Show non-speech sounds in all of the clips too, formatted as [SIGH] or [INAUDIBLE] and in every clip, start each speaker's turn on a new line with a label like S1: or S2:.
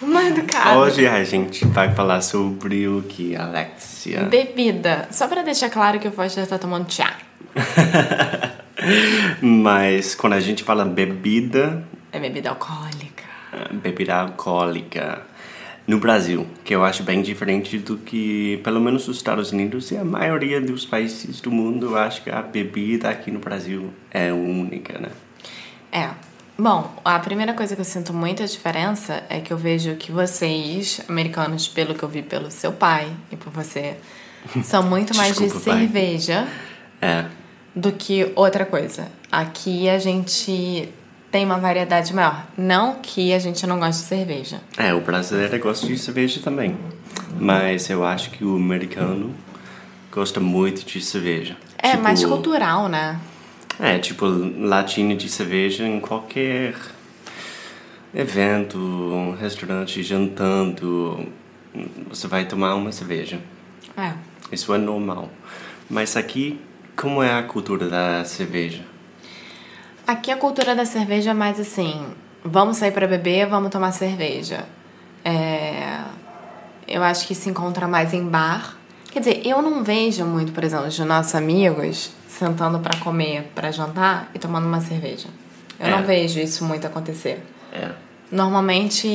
S1: Uma educada.
S2: Hoje a gente vai falar sobre o que, Alexia?
S1: Bebida. Só pra deixar claro que o Foster tá tomando chá.
S2: Mas quando a gente fala bebida, eh,
S1: É bebida alcoólica.
S2: bebida alcoólica no Brasil, que eu acho bem diferente do que, pelo menos nos Estados Unidos e a maioria dos países do mundo, eu acho que a bebida aqui no Brasil é única, né?
S1: É. Bom, a primeira coisa que eu sinto muita diferença é que eu vejo que vocês, americanos, pelo que eu vi pelo seu pai e
S2: [LAUGHS]
S1: por você, são muito mais de
S2: Desculpa, pai.
S1: cerveja
S2: É,
S1: do que outra coisa. Aqui a gente tem uma variedade maior. Não que a gente não goste de cerveja.
S2: é o brasileiro gosta de cerveja também, mas eu acho que o americano gosta muito de cerveja.
S1: É
S2: Tipo,
S1: mais cultural, né?
S2: É, tipo, latinha de cerveja em qualquer evento, um restaurante, jantando, você vai tomar uma cerveja.
S1: É.
S2: Isso é normal. Mas aqui, como é a cultura da cerveja?
S1: Aqui a cultura da cerveja é mais assim: vamos sair pra beber, vamos tomar cerveja. É, Eu acho que se encontra mais em bar. Quer dizer, eu não vejo muito, por exemplo, os nossos amigos sentando pra comer, pra jantar e tomando uma cerveja. Eu
S2: É.
S1: não vejo isso muito acontecer.
S2: É.
S1: Normalmente,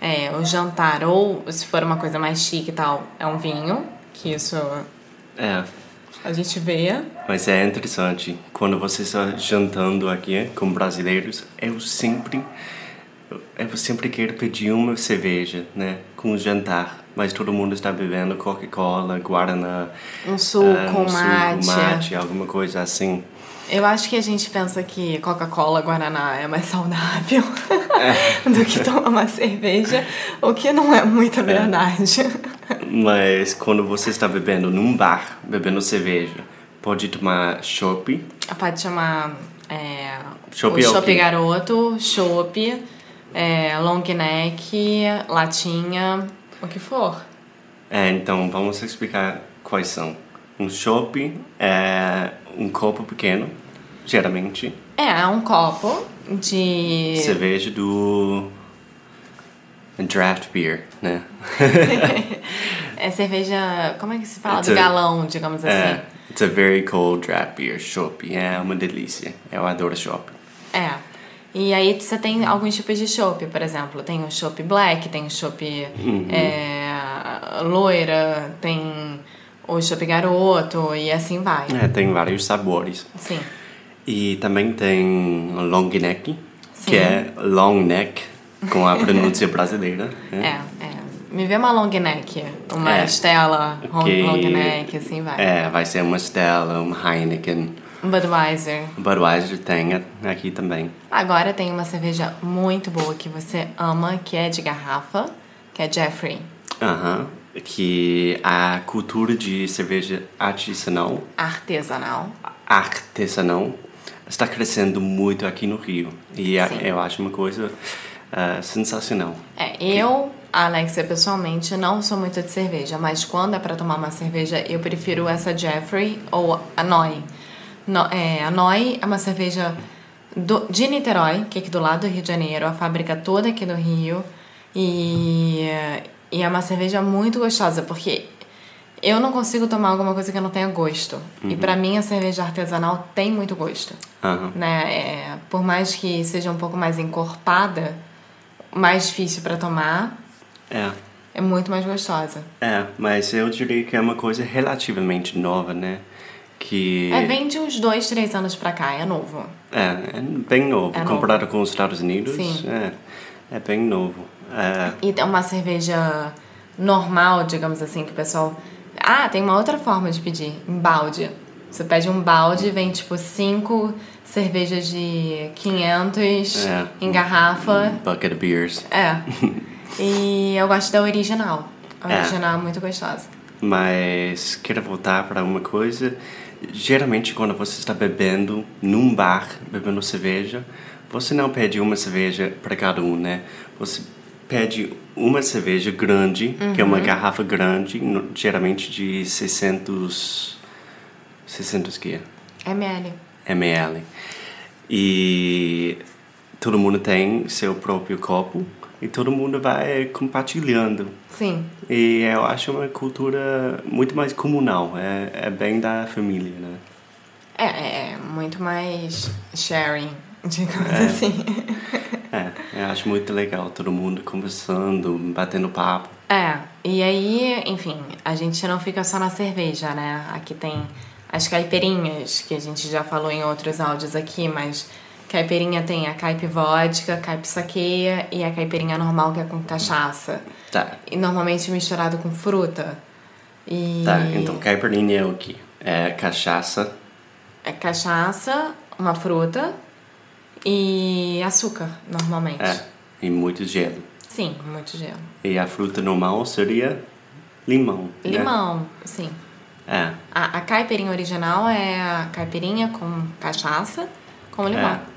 S1: é, o jantar, ou se for uma coisa mais chique e tal, é um vinho, que isso
S2: É,
S1: a gente vê.
S2: mas é interessante. Quando você está jantando aqui com brasileiros, eu sempre... Eu sempre quero pedir uma cerveja, né? Com o jantar. Mas todo mundo está bebendo Coca-Cola, Guaraná...
S1: Um suco,
S2: Ah, um
S1: um mate.
S2: suco, mate, alguma coisa assim.
S1: Eu acho que a gente pensa que Coca-Cola, Guaraná é mais saudável [LAUGHS] do que tomar uma cerveja, o que não é muita verdade. [LAUGHS]
S2: Mas quando você está bebendo num bar, bebendo cerveja, pode tomar chopp.
S1: Pode chamar é,
S2: Chopp
S1: o
S2: é o
S1: chopp
S2: quê?
S1: garoto, chopp, é, long neck, latinha, o que for.
S2: É, então vamos explicar quais são. Um chopp é um copo pequeno, geralmente.
S1: É, é um copo de.
S2: Cerveja do um draft beer,
S1: [LAUGHS]
S2: né?
S1: É cerveja. Como é que se fala?
S2: It's
S1: Do
S2: a-
S1: galão, digamos assim.
S2: É, it's a very cold draft beer, chopp. É uma delícia. Eu adoro chopp.
S1: É. E aí você tem alguns tipos de chopp, por exemplo. Tem o chopp black, tem o chopp
S2: Uhum.
S1: é, loira, tem o chopp garoto e assim vai.
S2: É, tem vários sabores.
S1: Sim.
S2: E também tem long neck,
S1: Sim.
S2: que é long neck, com a pronúncia [LAUGHS] brasileira.
S1: É,
S2: Né?
S1: é. Me vê uma long neck, uma
S2: É.
S1: Stella long,
S2: Que-
S1: long neck, assim vai.
S2: É, vai ser uma Stella, uma Heineken.
S1: Um Budweiser.
S2: O Budweiser tem a- aqui também.
S1: Agora tem uma cerveja muito boa que você ama, que é de garrafa, que é Jeffrey.
S2: Aham. Que a cultura de cerveja artesanal,
S1: Artesanal.
S2: artesanal está crescendo muito aqui no Rio. E a-
S1: Sim.
S2: eu acho uma coisa ah, sensacional.
S1: É, eu, Alexia, pessoalmente, não sou muito de cerveja, mas quando é pra tomar uma cerveja, eu prefiro essa Jeffrey ou a Noi. No- é, a Noi é uma cerveja do- de Niterói, que é aqui do lado do Rio de Janeiro, a fábrica toda aqui do Rio. E, e é uma cerveja muito gostosa, porque eu não consigo tomar alguma coisa que não tenha gosto. E pra mim a cerveja artesanal tem muito gosto
S2: Aham.
S1: né? É, por mais que seja um pouco mais encorpada, mais difícil para tomar.
S2: É.
S1: é muito mais gostosa.
S2: É, mas eu diria que é uma coisa relativamente nova, né? Que
S1: É, vem de uns dois, três anos pra cá, é novo.
S2: é, é bem novo.
S1: É novo.
S2: comparado com os Estados Unidos,
S1: Sim.
S2: é, é bem novo. É,
S1: E é uma cerveja normal, digamos assim, que o pessoal. Ah, tem uma outra forma de pedir, um balde. Você pede um balde e vem tipo cinco cervejas de 500
S2: É.
S1: em garrafa.
S2: bucket beers. [LAUGHS]
S1: É. E eu gosto da original. A
S2: É.
S1: original é muito gostosa.
S2: Mas quero voltar para uma coisa. Geralmente, quando você está bebendo num bar, bebendo cerveja, você não pede uma cerveja para cada um, né? Você pede uma cerveja grande, que é uma garrafa grande, no- geralmente de 600. 600 que é?
S1: ML.
S2: ml. E todo mundo tem seu próprio copo e todo mundo vai compartilhando.
S1: Sim.
S2: E eu acho uma cultura muito mais comunal, é, é bem da família, né?
S1: É, é, é muito mais sharing, [LAUGHS] digamos assim. [LAUGHS]
S2: É, eu acho muito legal, todo mundo conversando, batendo papo.
S1: É, e aí, enfim, a gente não fica só na cerveja, né? Aqui tem as caipirinhas, que a gente já falou em outros áudios aqui, mas caipirinha tem a caipi vodka, caipi saqueia e a caipirinha normal, que é com cachaça.
S2: Tá,
S1: E normalmente misturado com fruta. E
S2: tá, então caipirinha é o quê? É cachaça,
S1: é cachaça, uma fruta e açúcar, normalmente.
S2: é, e muito gelo.
S1: Sim, muito gelo.
S2: E a fruta normal seria limão, né?
S1: Limão, sim.
S2: É,
S1: A, a caipirinha original é a caipirinha com cachaça com limão.
S2: É.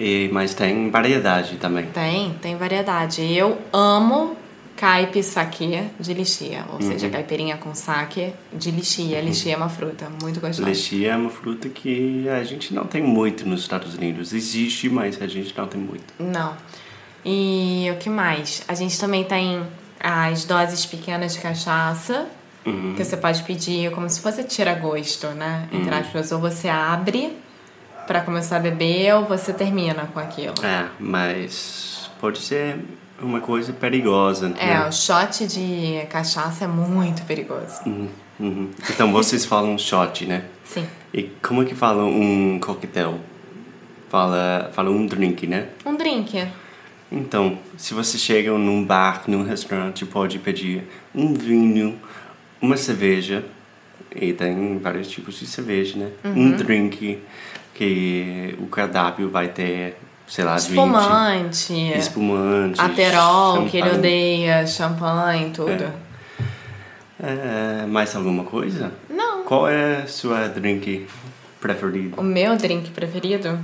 S2: E, mas tem variedade também.
S1: Tem, tem variedade. E Eu amo caipi saque de lixia, ou seja, caipirinha com saque de lixia. Lixia é uma fruta, muito gostosa.
S2: Lexia é uma fruta que a gente não tem muito nos Estados Unidos. Existe, mas a gente não tem muito.
S1: Não. E o que mais? A gente também tem as doses pequenas de cachaça,
S2: Uhum.
S1: que você pode pedir como se fosse tira-gosto, né? Entre
S2: Uhum.
S1: aspas, ou você abre pra começar a beber, ou você termina com aquilo.
S2: É, mas pode ser uma coisa perigosa,
S1: É,
S2: né?
S1: o shot de cachaça é muito perigoso.
S2: Uhum, uhum. Então vocês falam shot, né?
S1: Sim.
S2: E como é que fala um coquetel? Fala, fala um drink, né?
S1: Um drink.
S2: Então, se você chega num bar, num restaurante, pode pedir um vinho, uma cerveja, e tem vários tipos de cerveja, né?
S1: Uhum.
S2: Um drink, que o cardápio vai ter, sei lá, 20
S1: Espumante. é.
S2: espumantes.
S1: Aperol, que ele
S2: champanhe.
S1: odeia, champanhe, tudo.
S2: É, mais alguma coisa?
S1: Não.
S2: Qual é a sua drink preferida?
S1: O meu drink preferido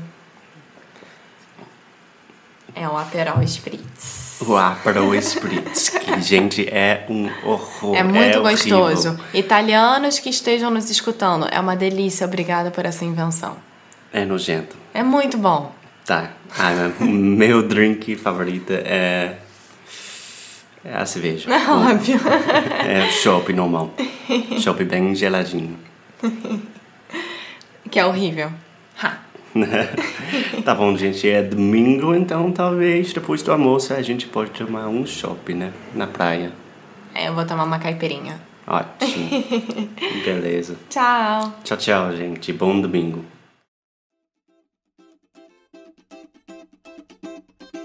S1: é o Aperol Spritz.
S2: O Aperol Spritz,
S1: [LAUGHS]
S2: que, gente, é um horror.
S1: É muito
S2: horrível.
S1: gostoso. Italianos que estejam nos escutando, é uma delícia. Obrigada por essa invenção.
S2: É nojento.
S1: É muito bom.
S2: Tá. Ah, mas o meu drink favorito é. É a cerveja.
S1: Óbvio.
S2: É chopp normal. Chopp bem geladinho.
S1: [LAUGHS] Que é horrível. Ha.
S2: Tá bom, gente. É domingo, então talvez depois do almoço a gente pode tomar um chopp, né? Na praia.
S1: É, eu vou tomar uma caipirinha. [LAUGHS]
S2: Ótimo. Beleza.
S1: Tchau.
S2: Tchau, tchau, gente. Bom domingo.